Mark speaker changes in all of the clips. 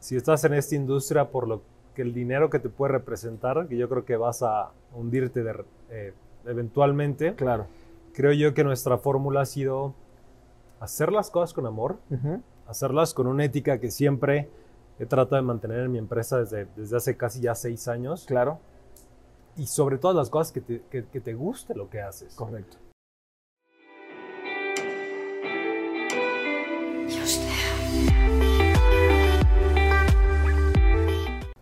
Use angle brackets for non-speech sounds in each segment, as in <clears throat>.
Speaker 1: si estás en esta industria por lo que el dinero que te puede representar, que yo creo que vas a hundirte de- eh, eventualmente,
Speaker 2: Claro.
Speaker 1: creo yo que nuestra fórmula ha sido hacer las cosas con amor,
Speaker 2: Ujú.
Speaker 1: hacerlas con una ética que siempre he tratado de mantener en mi empresa desde, desde hace casi ya seis años
Speaker 2: Claro.
Speaker 1: y sobre todas las cosas que te, que- que te guste lo que haces.
Speaker 2: Correcto.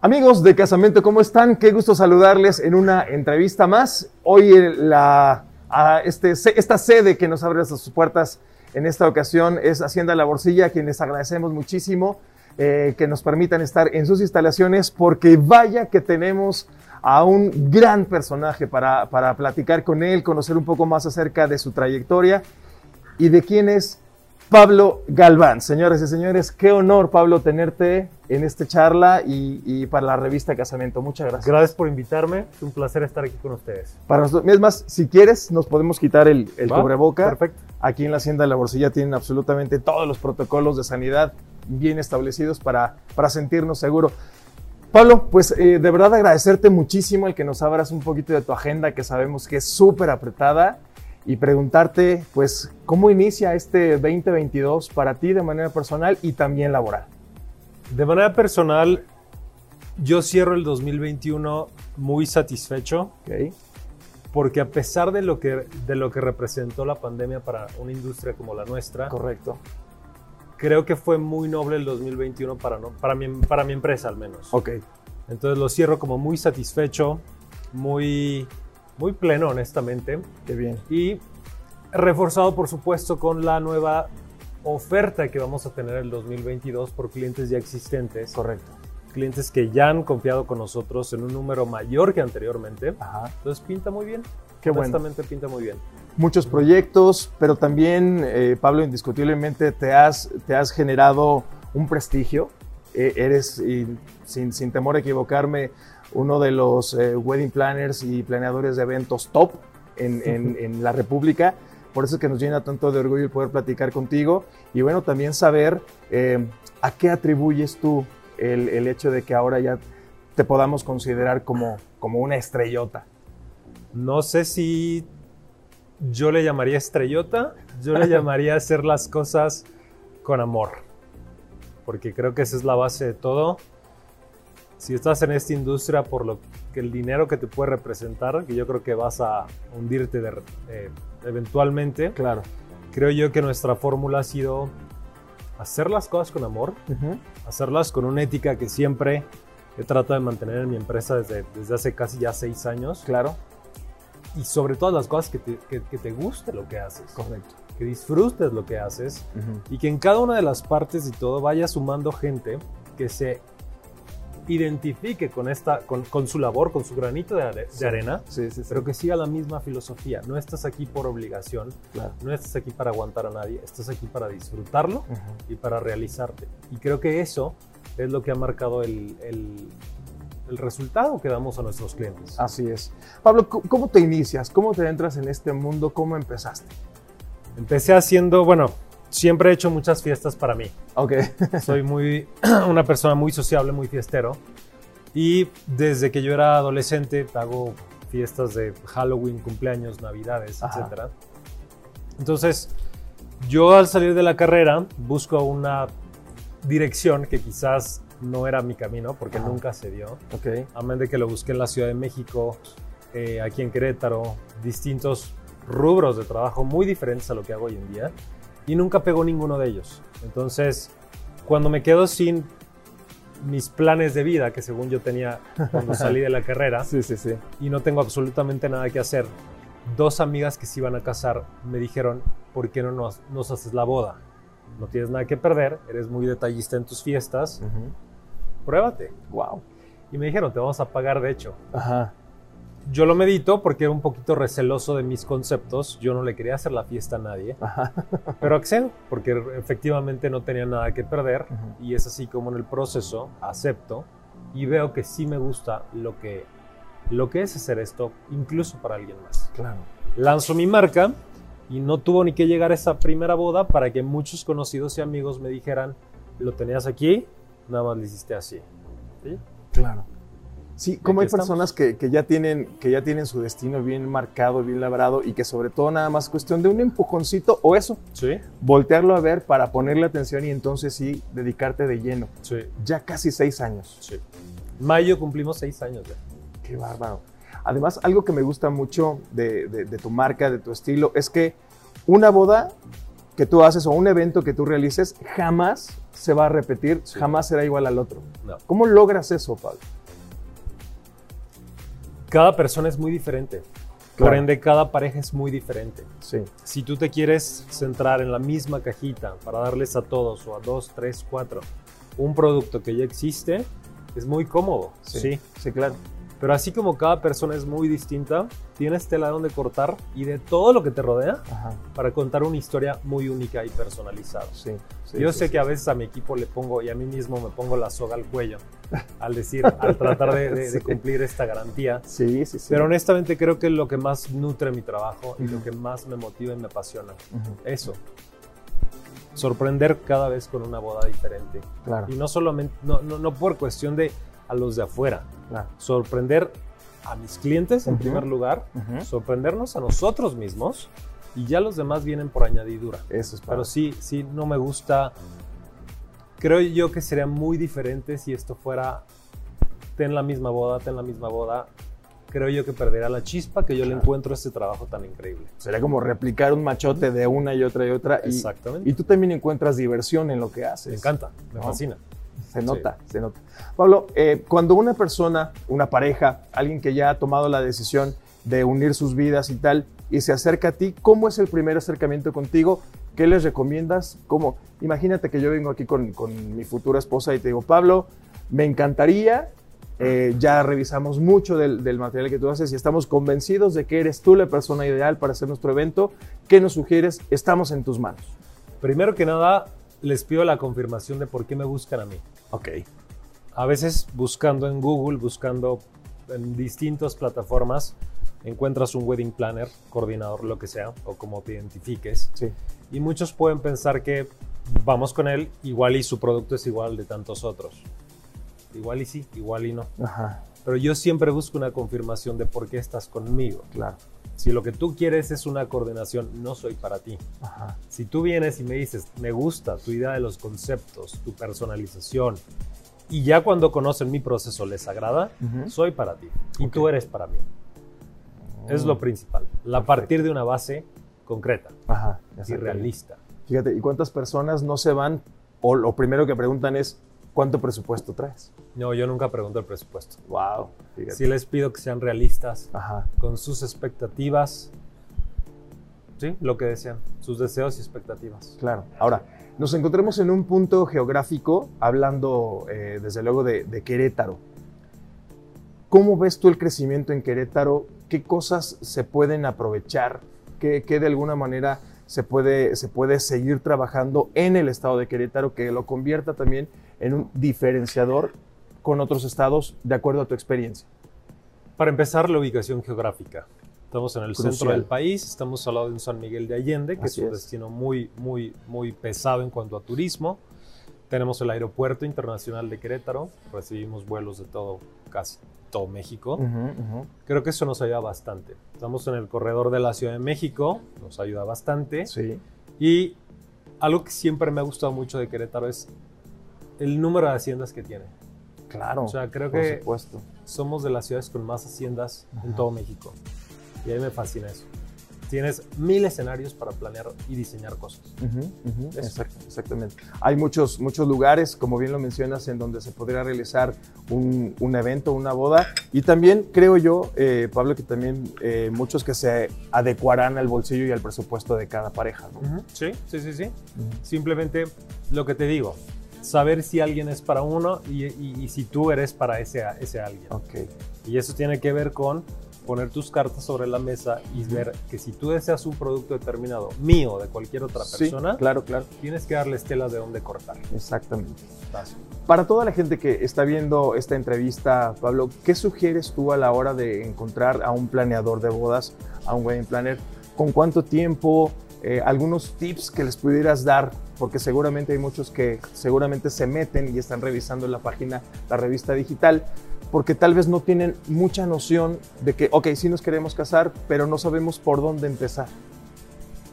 Speaker 2: Amigos de Casamiento, ¿cómo están? Qué gusto saludarles en una entrevista más. Hoy el- la, a este, se- esta sede que nos abre sus puertas en esta ocasión es Hacienda La Borcilla, a quienes agradecemos muchísimo eh, que nos permitan estar en sus instalaciones, porque vaya que tenemos a un gran personaje para, para platicar con él, conocer un poco más acerca de su trayectoria y de quién es Pablo Galván. Señores y señores, qué honor, Pablo, tenerte en esta charla y, y para la revista Casamiento. Muchas gracias.
Speaker 1: Gracias por invitarme, es un placer estar aquí con ustedes.
Speaker 2: Para nosotros, es más, si quieres, nos podemos quitar el, el
Speaker 1: ¿Va?
Speaker 2: cubreboca.
Speaker 1: Perfecto.
Speaker 2: Aquí en la Hacienda de la Borcilla tienen absolutamente todos los protocolos de sanidad bien establecidos para, para sentirnos seguros. Pablo, pues eh, de verdad agradecerte muchísimo el que nos abras un poquito de tu agenda, que sabemos que es súper apretada, y preguntarte, pues, ¿cómo inicia este 2022 para ti de manera personal y también laboral?
Speaker 1: De manera personal, yo cierro el 2021 muy satisfecho
Speaker 2: Ok,
Speaker 1: porque a pesar de lo que, de lo que representó la pandemia para una industria como la nuestra,
Speaker 2: correcto.
Speaker 1: creo que fue muy noble el 2021 para, no, para, mi, para mi empresa al menos.
Speaker 2: Ok,
Speaker 1: Entonces lo cierro como muy satisfecho, muy, muy pleno honestamente
Speaker 2: qué bien.
Speaker 1: y reforzado por supuesto con la nueva oferta que vamos a tener el 2022 por clientes ya existentes,
Speaker 2: Correcto.
Speaker 1: clientes que ya han confiado con nosotros en un número mayor que anteriormente.
Speaker 2: Ajá,
Speaker 1: Entonces pinta muy bien.
Speaker 2: qué bueno.
Speaker 1: Honestamente pinta muy bien.
Speaker 2: muchos proyectos, pero también, eh, Pablo, indiscutiblemente te has, te has generado un prestigio. Eh, eres, y sin, sin temor a equivocarme, uno de los eh, wedding planners y planeadores de eventos top en, en- en la República. Por eso es que nos llena tanto de orgullo el poder platicar contigo y bueno, también saber eh, a qué atribuyes tú el, el hecho de que ahora ya te podamos considerar como, como una estrellota.
Speaker 1: No sé si yo le llamaría estrellota, yo
Speaker 2: <laughs>
Speaker 1: le llamaría hacer las cosas con amor, porque creo que esa es la base de todo. Si estás en esta industria por lo que el dinero que te puede representar, que yo creo que vas a hundirte de- eh, eventualmente,
Speaker 2: Claro.
Speaker 1: creo yo que nuestra fórmula ha sido hacer las cosas con amor, hacerlas con una ética que siempre he tratado de mantener en mi empresa desde, desde hace casi ya seis años
Speaker 2: Claro.
Speaker 1: y sobre todas las cosas que te, que- que te guste lo que haces,
Speaker 2: Correcto.
Speaker 1: que disfrutes lo que haces y que en cada una de las partes y todo vaya sumando gente que se identifique con, esta, con, con su labor, con su granito de, are- de
Speaker 2: Sí.
Speaker 1: arena,
Speaker 2: Sí, sí, sí.
Speaker 1: pero que siga la misma filosofía. No estás aquí por obligación,
Speaker 2: Claro.
Speaker 1: no estás aquí para aguantar a nadie, estás aquí para disfrutarlo y para realizarte. Y creo que eso es lo que ha marcado el, el- el resultado que damos a nuestros clientes.
Speaker 2: Así es. Pablo, ¿cómo- ¿cómo te inicias? ¿Cómo te entras en este mundo? ¿Cómo empezaste?
Speaker 1: Empecé haciendo, bueno, siempre he hecho muchas fiestas para
Speaker 2: <laughs>
Speaker 1: mí.
Speaker 2: Ok.
Speaker 1: Soy muy, <clears throat> una persona muy sociable, muy fiestero. Y desde que yo era adolescente hago fiestas de Halloween, cumpleaños, navidades,
Speaker 2: Ajá.
Speaker 1: etc. Entonces, yo al salir de la carrera busco una dirección que quizás no era mi camino porque
Speaker 2: Ajá.
Speaker 1: nunca se dio.
Speaker 2: Ok.
Speaker 1: Amén de que lo busqué en la Ciudad de México, eh, aquí en Querétaro, distintos rubros de trabajo muy diferentes a lo que hago hoy en día y nunca pegó ninguno de ellos. Entonces, cuando me quedo sin mis planes de vida que según yo tenía cuando salí de la carrera
Speaker 2: Sí, sí, sí.
Speaker 1: y no tengo absolutamente nada que hacer, dos amigas que se iban a casar me dijeron, ¿por qué no nos, nos haces la boda? No tienes nada que perder, eres muy detallista en tus fiestas, pruébate.
Speaker 2: Wow.
Speaker 1: Y me dijeron, te vamos a pagar de hecho.
Speaker 2: Ajá.
Speaker 1: Yo lo medito porque era un poquito receloso de mis conceptos. Yo no le quería hacer la fiesta a nadie,
Speaker 2: Ajá.
Speaker 1: pero accedo porque efectivamente no tenía nada que perder. Y es así como en el proceso acepto y veo que sí me gusta lo que, lo que es hacer esto, incluso para alguien más.
Speaker 2: Claro.
Speaker 1: Lanzo mi marca y no tuvo ni que llegar esa primera boda para que muchos conocidos y amigos me dijeran: Lo tenías aquí, nada más le hiciste así. ¿sí?
Speaker 2: Claro. Sí, como hay
Speaker 1: aquí estamos.
Speaker 2: personas que, que ya tienen, que ya tienen su destino bien marcado, bien labrado y que sobre todo nada más cuestión de un empujoncito o eso,
Speaker 1: Sí,
Speaker 2: voltearlo a ver para ponerle atención y entonces sí dedicarte de lleno.
Speaker 1: sí,
Speaker 2: Ya casi seis años.
Speaker 1: sí. Mayo cumplimos seis años ya.
Speaker 2: Qué bárbaro. Además, algo que me gusta mucho de, de- de tu marca, de tu estilo, es que una boda que tú haces o un evento que tú realices jamás se va a repetir,
Speaker 1: Sí.
Speaker 2: jamás será igual al otro.
Speaker 1: No.
Speaker 2: ¿Cómo logras eso, Pablo?
Speaker 1: Cada persona es muy diferente. Por
Speaker 2: Claro.
Speaker 1: ende, cada pareja es muy diferente.
Speaker 2: Sí,
Speaker 1: Si tú te quieres centrar en la misma cajita para darles a todos o a dos, tres, cuatro un producto que ya existe, es muy cómodo, sí.
Speaker 2: sí, claro.
Speaker 1: Pero así como cada persona es muy distinta, tienes tela donde cortar y de todo lo que te rodea
Speaker 2: Ajá,
Speaker 1: para contar una historia muy única y personalizada.
Speaker 2: sí. sí,
Speaker 1: Yo
Speaker 2: sí,
Speaker 1: sé
Speaker 2: sí.
Speaker 1: que a veces a mi equipo le pongo y a mí mismo me pongo la soga al cuello al decir, al tratar de, de- de
Speaker 2: <laughs> Sí.
Speaker 1: cumplir esta garantía.
Speaker 2: Sí, sí, sí.
Speaker 1: Pero honestamente creo que es lo que más nutre mi trabajo y lo que más me motiva y me apasiona.
Speaker 2: Ujú,
Speaker 1: Eso. Sorprender cada vez con una boda diferente.
Speaker 2: Claro,
Speaker 1: Y no solamente, no, no, no por cuestión de a los de afuera.
Speaker 2: claro.
Speaker 1: Sorprender a mis clientes en
Speaker 2: Ujú.
Speaker 1: primer lugar,
Speaker 2: Ujú.
Speaker 1: sorprendernos a nosotros mismos y ya los demás vienen por añadidura.
Speaker 2: Eso es
Speaker 1: Pero
Speaker 2: para
Speaker 1: sí, sí, no me gusta. Creo yo que sería muy diferente si esto fuera ten la misma boda, ten la misma boda. Creo yo que perderá la chispa que yo le
Speaker 2: Claro.
Speaker 1: encuentro a este trabajo tan increíble.
Speaker 2: Sería como replicar un machote de una y otra y otra. y-
Speaker 1: Exactamente.
Speaker 2: Y, tú también encuentras diversión en lo que haces.
Speaker 1: Me encanta, me
Speaker 2: ¿No?
Speaker 1: fascina.
Speaker 2: Se nota, se nota. Pablo, eh, cuando una persona, una pareja, alguien que ya ha tomado la decisión de unir sus vidas y tal, y se acerca a ti, ¿cómo es el primer acercamiento contigo? ¿Qué les recomiendas? ¿Cómo? Imagínate que yo vengo aquí con, con mi futura esposa y te digo, Pablo, me encantaría, eh, ya revisamos mucho del, del material que tú haces y estamos convencidos de que eres tú la persona ideal para hacer nuestro evento. ¿Qué nos sugieres? Estamos en tus manos.
Speaker 1: Primero que nada, les pido la confirmación de por qué me buscan a mí.
Speaker 2: Ok.
Speaker 1: A veces buscando en Google, buscando en distintas plataformas, encuentras un wedding planner, coordinador, lo que sea, o como te identifiques.
Speaker 2: Sí,
Speaker 1: y muchos pueden pensar que vamos con él igual y su producto es igual de tantos otros. Igual y sí, igual y no.
Speaker 2: ajá,
Speaker 1: Pero yo siempre busco una confirmación de por qué estás conmigo.
Speaker 2: claro.
Speaker 1: Si lo que tú quieres es una coordinación, no soy para ti.
Speaker 2: Ajá,
Speaker 1: Si tú vienes y me dices, me gusta tu idea de los conceptos, tu personalización, y ya cuando conocen mi proceso les agrada,
Speaker 2: Ujú.
Speaker 1: soy para ti. Y
Speaker 2: Ok. Oh.
Speaker 1: tú eres para mí. Es lo principal. La partir de una base concreta
Speaker 2: ajá.
Speaker 1: y
Speaker 2: exactamente.
Speaker 1: realista.
Speaker 2: Fíjate, ¿y cuántas personas no se van o lo primero que preguntan es cuánto presupuesto traes?
Speaker 1: No, yo nunca pregunto el presupuesto.
Speaker 2: Wow. Fíjate.
Speaker 1: Sí les pido que sean realistas
Speaker 2: Ajá.
Speaker 1: con sus expectativas. Sí, lo que desean, sus deseos y expectativas.
Speaker 2: Claro. Ahora, nos encontramos en un punto geográfico, hablando eh, desde luego de, de Querétaro. ¿Cómo ves tú el crecimiento en Querétaro? ¿Qué cosas se pueden aprovechar? ¿Qué, qué de alguna manera se puede, se puede seguir trabajando en el estado de Querétaro que lo convierta también en un diferenciador con otros estados de acuerdo a tu experiencia?
Speaker 1: Para empezar, la ubicación geográfica. Estamos en el centro
Speaker 2: Crucial.
Speaker 1: del país, estamos al lado de un San Miguel de Allende, que
Speaker 2: Así
Speaker 1: es un
Speaker 2: es.
Speaker 1: destino muy, muy, muy pesado en cuanto a turismo. Tenemos el Aeropuerto Internacional de Querétaro, recibimos vuelos de todo, casi todo México.
Speaker 2: Mm.
Speaker 1: Creo que eso nos ayuda bastante. Estamos en el corredor de la Ciudad de México, nos ayuda bastante.
Speaker 2: Sí.
Speaker 1: Y algo que siempre me ha gustado mucho de Querétaro es el número de haciendas que tiene.
Speaker 2: Claro.
Speaker 1: O sea, creo
Speaker 2: por
Speaker 1: que
Speaker 2: supuesto.
Speaker 1: somos de las ciudades con más haciendas en
Speaker 2: Ajá.
Speaker 1: todo México. Y a mí me fascina eso. Tienes mil escenarios para planear y diseñar cosas. Eso.
Speaker 2: Exact- exactamente. Hay muchos, muchos lugares, como bien lo mencionas, en donde se podría realizar un, un evento, una boda. Y también creo yo, eh, Pablo, que también eh, muchos que se adecuarán al bolsillo y al presupuesto de cada pareja. ¿no?
Speaker 1: Sí, sí, sí, sí. Simplemente lo que te digo, saber si alguien es para uno y, y- y si tú eres para ese, ese alguien.
Speaker 2: Ok.
Speaker 1: Y eso tiene que ver con poner tus cartas sobre la mesa y ver que si tú deseas un producto determinado, mío o de cualquier otra
Speaker 2: Sí,
Speaker 1: persona,
Speaker 2: claro, claro.
Speaker 1: tienes que darles tela de dónde cortar.
Speaker 2: Exactamente. Para toda la gente que está viendo esta entrevista, Pablo, ¿qué sugieres tú a la hora de encontrar a un planeador de bodas, a un wedding planner? ¿Con cuánto tiempo? Eh, ¿Algunos tips que les pudieras dar porque seguramente hay muchos que seguramente se meten y están revisando la página, la revista digital, porque tal vez no tienen mucha noción de que, ok, sí nos queremos casar, pero no sabemos por dónde empezar.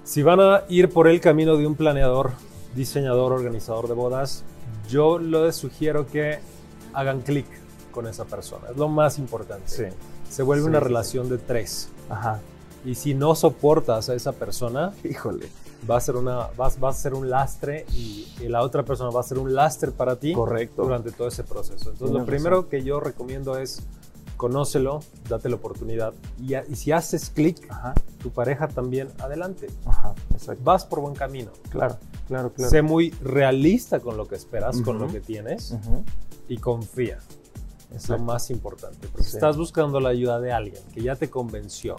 Speaker 1: Si van a ir por el camino de un planeador, diseñador, organizador de bodas, yo les sugiero que hagan clic con esa persona. Es lo más importante. Se vuelve
Speaker 2: Sí,
Speaker 1: una
Speaker 2: sí, sí.
Speaker 1: relación de tres.
Speaker 2: Ajá.
Speaker 1: Y si no soportas a esa persona,
Speaker 2: Híjole.
Speaker 1: va a ser, una, vas va a ser un lastre y, y la otra persona va a ser un lastre para ti
Speaker 2: Correcto.
Speaker 1: durante todo ese proceso. Entonces,
Speaker 2: Tienes
Speaker 1: lo primero que yo recomiendo es conócelo, date la oportunidad. Y, a- y si haces clic,
Speaker 2: Ajá.
Speaker 1: tu pareja también, adelante.
Speaker 2: Ajá. Exacto.
Speaker 1: Vas por buen camino.
Speaker 2: Claro, claro, claro.
Speaker 1: Sé muy realista con lo que esperas, con lo
Speaker 2: Ujú.
Speaker 1: que tienes
Speaker 2: Ujú.
Speaker 1: y confía. Es lo
Speaker 2: Exacto.
Speaker 1: más importante. Porque
Speaker 2: Sí.
Speaker 1: estás buscando la ayuda de alguien que ya te convenció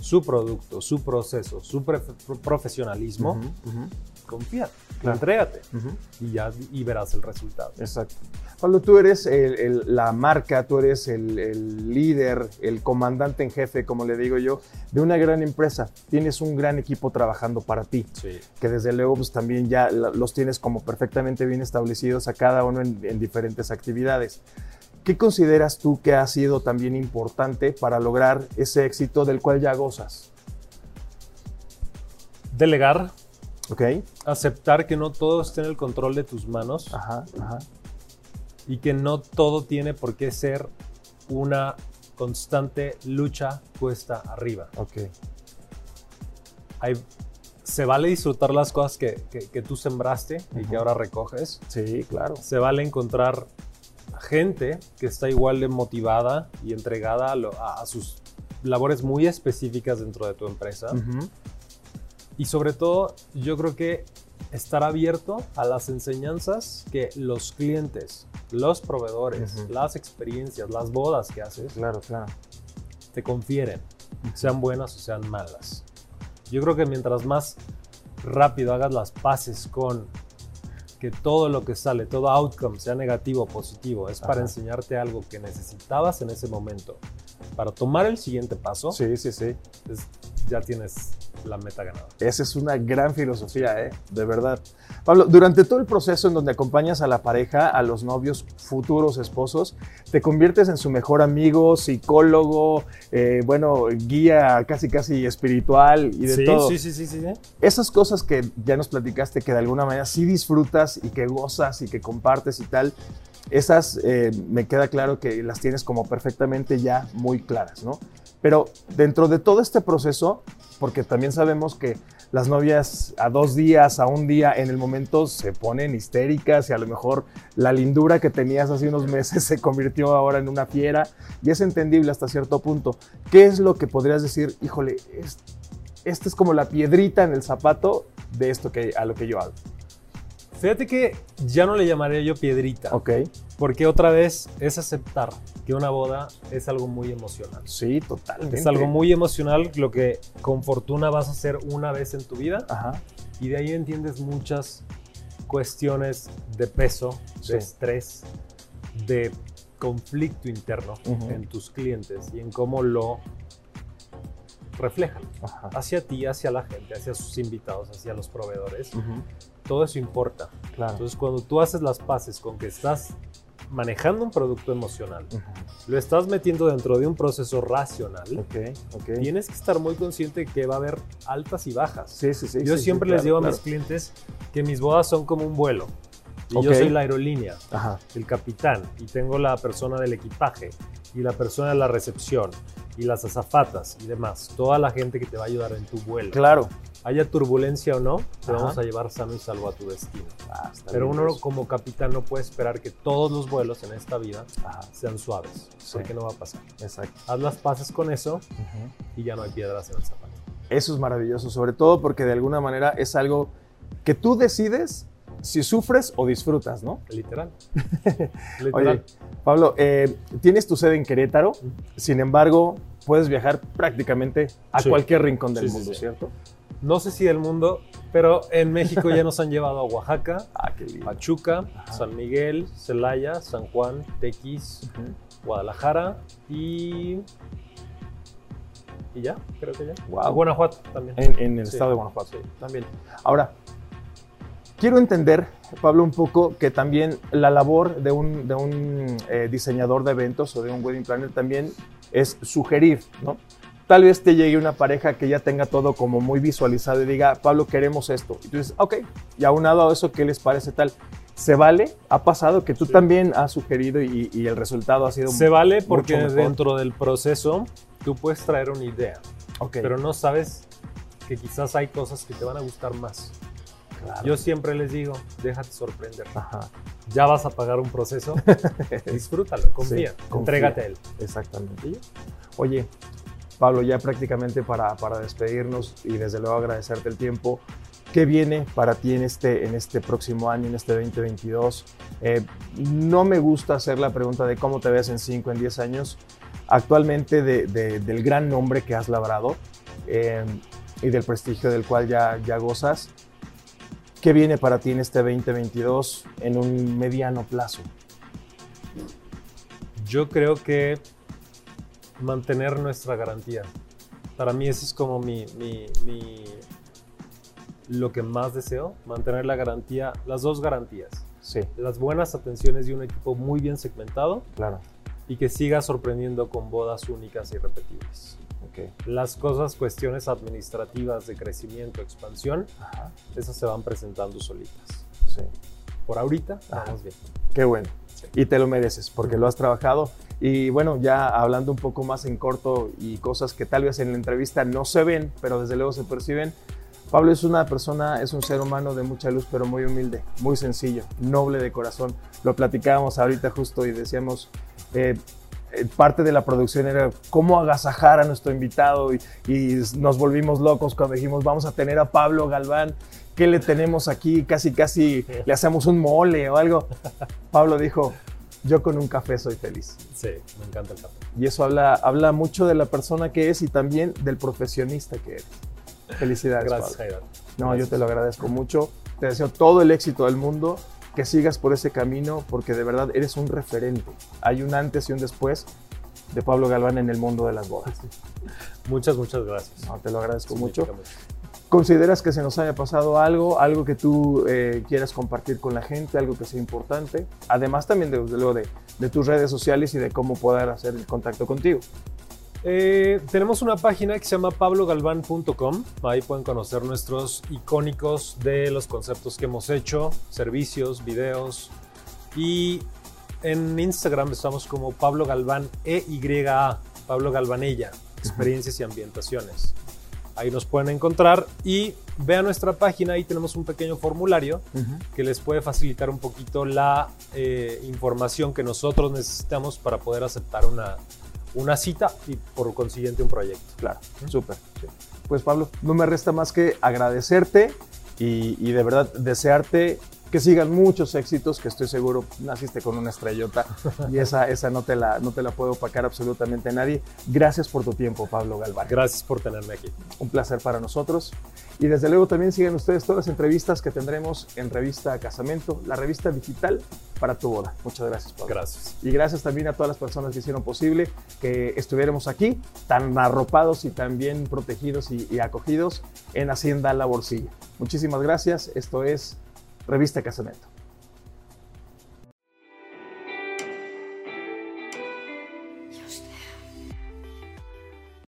Speaker 1: su producto, su proceso, su pre- pro- profesionalismo.
Speaker 2: Ujú, ujú,
Speaker 1: Confía,
Speaker 2: Claro.
Speaker 1: entrégate
Speaker 2: ujú.
Speaker 1: y ya y verás el resultado.
Speaker 2: Exacto. Pablo, tú eres el- el- la marca, tú eres el, el líder, el comandante en jefe, como le digo yo, de una gran empresa. Tienes un gran equipo trabajando para ti,
Speaker 1: Sí.
Speaker 2: que desde luego pues, también ya la- los tienes como perfectamente bien establecidos a cada uno en, en diferentes actividades. ¿Qué consideras tú que ha sido también importante para lograr ese éxito del cual ya gozas?
Speaker 1: Delegar,
Speaker 2: ¿Ok?
Speaker 1: aceptar que no todo está en el control de tus manos
Speaker 2: Ajá, ajá.
Speaker 1: y que no todo tiene por qué ser una constante lucha cuesta arriba.
Speaker 2: Ok.
Speaker 1: Hay- se vale disfrutar las cosas que, que- que tú sembraste y que
Speaker 2: Ujú.
Speaker 1: ahora recoges.
Speaker 2: Sí, claro.
Speaker 1: Se vale encontrar gente que está igual de motivada y entregada a, lo- a- a sus labores muy específicas dentro de tu empresa.
Speaker 2: Ujú.
Speaker 1: Y sobre todo, yo creo que estar abierto a las enseñanzas que los clientes, los proveedores,
Speaker 2: Ujú.
Speaker 1: las experiencias, las bodas que haces,
Speaker 2: Claro, claro.
Speaker 1: te confieren, sean buenas o sean malas. Yo creo que mientras más rápido hagas las paces con que todo lo que sale, todo outcome, sea negativo o positivo, es para
Speaker 2: Ajá.
Speaker 1: enseñarte algo que necesitabas en ese momento para tomar el siguiente paso,
Speaker 2: Sí, sí, sí.
Speaker 1: es- ya tienes la meta ganada.
Speaker 2: Esa es una gran filosofía, ¿eh? de verdad. Pablo, durante todo el proceso en donde acompañas a la pareja, a los novios, futuros esposos, te conviertes en su mejor amigo, psicólogo, eh, bueno, guía casi casi espiritual y de
Speaker 1: sí,
Speaker 2: todo.
Speaker 1: sí, sí, sí, sí, sí.
Speaker 2: Esas cosas que ya nos platicaste que de alguna manera sí disfrutas y que gozas y que compartes y tal, esas eh, me queda claro que las tienes como perfectamente ya muy claras, ¿no? Pero dentro de todo este proceso, porque también sabemos que las novias a dos días, a un día, en el momento se ponen histéricas y a lo mejor la lindura que tenías hace unos meses <laughs> se convirtió ahora en una fiera y es entendible hasta cierto punto. ¿Qué es lo que podrías decir, híjole, es- esta es como la piedrita en el zapato de esto que a lo que yo hago?
Speaker 1: Fíjate que ya no le llamaría yo piedrita,
Speaker 2: Ok,
Speaker 1: porque otra vez es aceptar que una boda es algo muy emocional.
Speaker 2: sí, totalmente.
Speaker 1: Es algo muy emocional lo que con fortuna vas a hacer una vez en tu vida
Speaker 2: Ajá,
Speaker 1: y de ahí entiendes muchas cuestiones de peso,
Speaker 2: Sí.
Speaker 1: de estrés, de conflicto interno
Speaker 2: Ujú.
Speaker 1: en tus clientes y en cómo lo reflejan
Speaker 2: ajá.
Speaker 1: hacia ti, hacia la gente, hacia sus invitados, hacia los proveedores.
Speaker 2: Ujú,
Speaker 1: Todo eso importa.
Speaker 2: Claro.
Speaker 1: Entonces, cuando tú haces las paces con que estás manejando un producto emocional,
Speaker 2: Ujú,
Speaker 1: lo estás metiendo dentro de un proceso racional,
Speaker 2: Ok, ok.
Speaker 1: tienes que estar muy consciente que va a haber altas y bajas.
Speaker 2: Sí, sí, sí.
Speaker 1: Yo
Speaker 2: sí, sí,
Speaker 1: siempre les
Speaker 2: claro,
Speaker 1: digo a
Speaker 2: claro.
Speaker 1: mis clientes que mis bodas son como un vuelo. Y
Speaker 2: Ok.
Speaker 1: yo soy la aerolínea,
Speaker 2: Ajá.
Speaker 1: el capitán, y tengo la persona del equipaje, y la persona de la recepción, y las azafatas y demás. Toda la gente que te va a ayudar en tu vuelo.
Speaker 2: Claro.
Speaker 1: Haya turbulencia o no, te
Speaker 2: Ajá.
Speaker 1: vamos a llevar sano y salvo a tu destino.
Speaker 2: Ah, está
Speaker 1: Pero
Speaker 2: bien
Speaker 1: uno
Speaker 2: eso.
Speaker 1: como capitán no puede esperar que todos los vuelos en esta vida
Speaker 2: Ajá,
Speaker 1: sean suaves,
Speaker 2: Sí.
Speaker 1: porque no va a pasar.
Speaker 2: exacto.
Speaker 1: Haz las paces con eso
Speaker 2: Ujú.
Speaker 1: y ya no hay piedras en el zapato.
Speaker 2: Eso es maravilloso, sobre todo porque de alguna manera es algo que tú decides si sufres o disfrutas, ¿no? <laughs>
Speaker 1: Literal.
Speaker 2: Oye,
Speaker 1: Literal.
Speaker 2: Pablo, eh, tienes tu sede en Querétaro,
Speaker 1: Ujú.
Speaker 2: sin embargo, puedes viajar prácticamente a
Speaker 1: Sí.
Speaker 2: cualquier rincón del
Speaker 1: Sí, sí,
Speaker 2: mundo,
Speaker 1: sí.
Speaker 2: ¿cierto?
Speaker 1: No sé si del mundo, pero en México ya nos han llevado a Oaxaca,
Speaker 2: Ah, qué lindo.
Speaker 1: Pachuca,
Speaker 2: Ajá.
Speaker 1: San Miguel, Celaya, San Juan, Tequis, Guadalajara y. Y ya, creo que ya.
Speaker 2: Wow.
Speaker 1: A Guanajuato también.
Speaker 2: En, en el
Speaker 1: Sí.
Speaker 2: estado de Guanajuato.
Speaker 1: Sí.
Speaker 2: También. Ahora, Quiero entender, Pablo, un poco que también la labor de un, de un eh, diseñador de eventos o de un wedding planner también es sugerir, ¿no? Tal vez te llegue una pareja que ya tenga todo como muy visualizado y diga, Pablo, queremos esto. Y tú dices, ok, y aunado a eso, ¿qué les parece tal? ¿Se vale? ¿Ha pasado que tú
Speaker 1: Sí.
Speaker 2: también has sugerido y, y el resultado ha sido...
Speaker 1: Se vale porque
Speaker 2: mucho mejor.
Speaker 1: dentro del proceso tú puedes traer una idea,
Speaker 2: Ok,
Speaker 1: pero no sabes que quizás hay cosas que te van a gustar más.
Speaker 2: claro.
Speaker 1: Yo siempre les digo, déjate sorprender. <laughs>
Speaker 2: Ajá,
Speaker 1: Ya vas a pagar un <laughs> proceso, disfrútalo, confía,
Speaker 2: confía.
Speaker 1: entrégate a él.
Speaker 2: exactamente. Oye, Pablo, ya prácticamente para, para despedirnos y desde luego agradecerte el tiempo. ¿Qué viene para ti en este, en este próximo año, en este 2022? Eh, no me gusta hacer la pregunta de cómo te ves en 5, en 10 años, actualmente de- de- del gran nombre que has labrado eh, y del prestigio del cual ya, ya gozas. ¿Qué viene para ti en este 2022 en un mediano plazo?
Speaker 1: Yo creo que mantener nuestra garantía. Para mí eso es como mi, mi- mi- lo que más deseo, mantener la garantía, las dos garantías,
Speaker 2: Sí,
Speaker 1: las buenas atenciones de un equipo muy bien segmentado
Speaker 2: claro.
Speaker 1: y que siga sorprendiendo con bodas únicas y repetibles.
Speaker 2: Ok.
Speaker 1: Las cosas, cuestiones administrativas de crecimiento, expansión,
Speaker 2: Ajá.
Speaker 1: esas se van presentando solitas.
Speaker 2: Sí.
Speaker 1: Por ahorita,
Speaker 2: Ajá.
Speaker 1: vamos bien.
Speaker 2: Qué bueno. Y te lo mereces porque lo has trabajado. Y bueno, ya hablando un poco más en corto y cosas que tal vez en la entrevista no se ven, pero desde luego se perciben. Pablo es una persona, es un ser humano de mucha luz, pero muy humilde, muy sencillo, noble de corazón. Lo platicábamos ahorita justo y decíamos, eh, eh, parte de la producción era cómo agasajar a nuestro invitado y, y nos volvimos locos cuando dijimos, vamos a tener a Pablo Galván, ¿qué le tenemos aquí? Casi, casi le hacemos un mole o algo. Pablo dijo, yo con un café soy feliz.
Speaker 1: Sí, me encanta el café.
Speaker 2: Y eso habla, habla mucho de la persona que es y también del profesionista que eres. Felicidades.
Speaker 1: Gracias,
Speaker 2: Pablo.
Speaker 1: Jairo.
Speaker 2: No,
Speaker 1: Gracias.
Speaker 2: yo te lo agradezco mucho. Te deseo todo el éxito del mundo, que sigas por ese camino, porque de verdad eres un referente. Hay un antes y un después de Pablo Galván en el mundo de las bodas.
Speaker 1: Muchas, muchas gracias.
Speaker 2: No, te lo agradezco
Speaker 1: Significa
Speaker 2: mucho. ¿Consideras que se nos haya pasado algo, algo que tú eh, quieras compartir con la gente, algo que sea importante? Además también, de- desde luego, de, de tus redes sociales y de cómo poder hacer el contacto contigo.
Speaker 1: Eh, tenemos una página que se llama pablogalván.com. Ahí pueden conocer nuestros icónicos de los conceptos que hemos hecho, servicios, videos. Y en Instagram estamos como Pablo Galván EYA, Pablo Galvanella, experiencias y ambientaciones. Ahí nos pueden encontrar y vean nuestra página. Ahí tenemos un pequeño formulario que les puede facilitar un poquito la eh, información que nosotros necesitamos para poder aceptar una, una cita y por consiguiente un proyecto.
Speaker 2: Claro, súper. sí. Pues Pablo, no me resta más que agradecerte y, y de verdad desearte que sigan muchos éxitos, que estoy seguro naciste con una estrellota y esa, esa no, te la, no te la puedo opacar absolutamente nadie. Gracias por tu tiempo, Pablo Galván.
Speaker 1: Gracias por tenerme aquí.
Speaker 2: un placer para nosotros. Y desde luego también sigan ustedes todas las entrevistas que tendremos en Revista Casamento, la revista digital para tu boda. Muchas gracias, Pablo.
Speaker 1: Gracias.
Speaker 2: Y gracias también a todas las personas que hicieron posible que estuviéramos aquí tan arropados y tan bien protegidos y, y acogidos en Hacienda La Bolsilla. Muchísimas gracias. Esto es Revista Casamento.